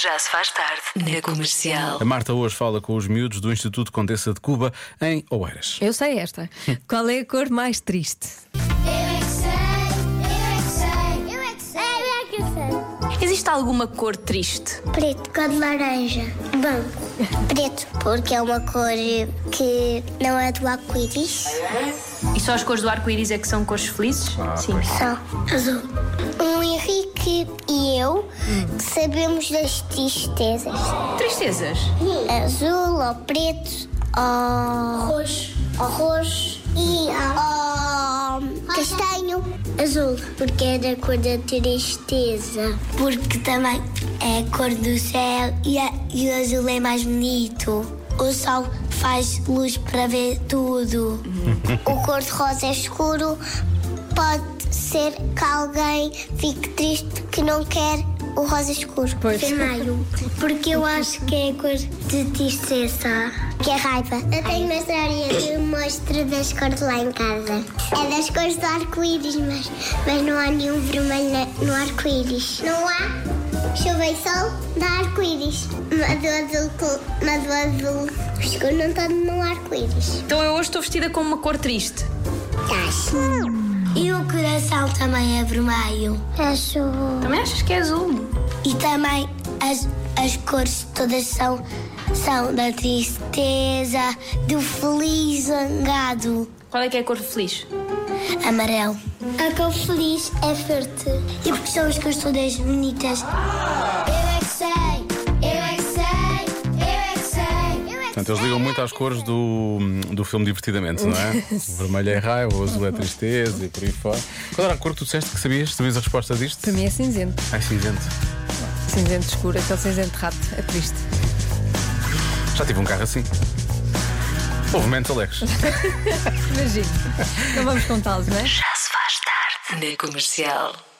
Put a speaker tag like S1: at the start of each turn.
S1: Já se faz tarde na comercial.
S2: A Marta hoje fala com os miúdos do Instituto Condessa de Cuba em Oeiras.
S3: Eu sei esta. Qual é a cor mais triste?
S4: Eu é que sei, eu é que sei, eu é que sei, eu é que sei.
S5: Existe alguma cor triste?
S4: Preto, cor de laranja. Branco. Preto, porque é uma cor que não é do arco-íris.
S5: E só as cores do arco-íris é que são cores felizes? Sim.
S4: Só azul. O Henrique e eu sabemos das tristezas.
S5: Tristezas?
S4: Azul ou preto ou. Roxo. Ou roxo. E ao castanho. Azul, porque é da cor da tristeza. Porque também é a cor do céu e, a- e o azul é mais bonito. O sol faz luz para ver tudo. o cor de rosa é escuro. Pode ser que alguém fique triste que não quer o rosa escuro.
S3: Pois.
S4: Vermelho. Porque eu acho que é a cor de tristeza. Que é raiva. Eu tenho uma história que mostro um das cores lá em casa. É das cores do arco-íris, mas, mas não há nenhum vermelho na- no arco-íris. Não há chuva e sol dá arco-íris. Mas o azul, com- mas o azul escuro não está no arco-íris.
S5: Então eu hoje estou vestida com uma cor triste.
S4: Acho. E o coração também é vermelho. Acho.
S5: Também achas que é azul?
S4: E também as, as cores todas são, são da tristeza, do feliz zangado,
S5: Qual é que é a cor feliz?
S4: amarelo. A cor feliz é verde. E porque são as cores todas bonitas. Eu é que sei, eu é que sei, eu é que sei. Eu é que
S2: Portanto, eles ligam muito às cores do, do filme Divertidamente, não é? O vermelho é raiva, o azul é tristeza e por aí fora. Qual era a cor que tu disseste que sabias? Sabias a resposta disto? assim,
S3: Para mim é cinzento.
S2: Ai, cinzento.
S3: Cinzento escuro, aquele cinzento rato. É triste.
S2: Já tive um carro assim. Houve momentos alegres.
S3: Imagino. Então vamos contá-los, não é?
S1: Já se faz tarde na comercial.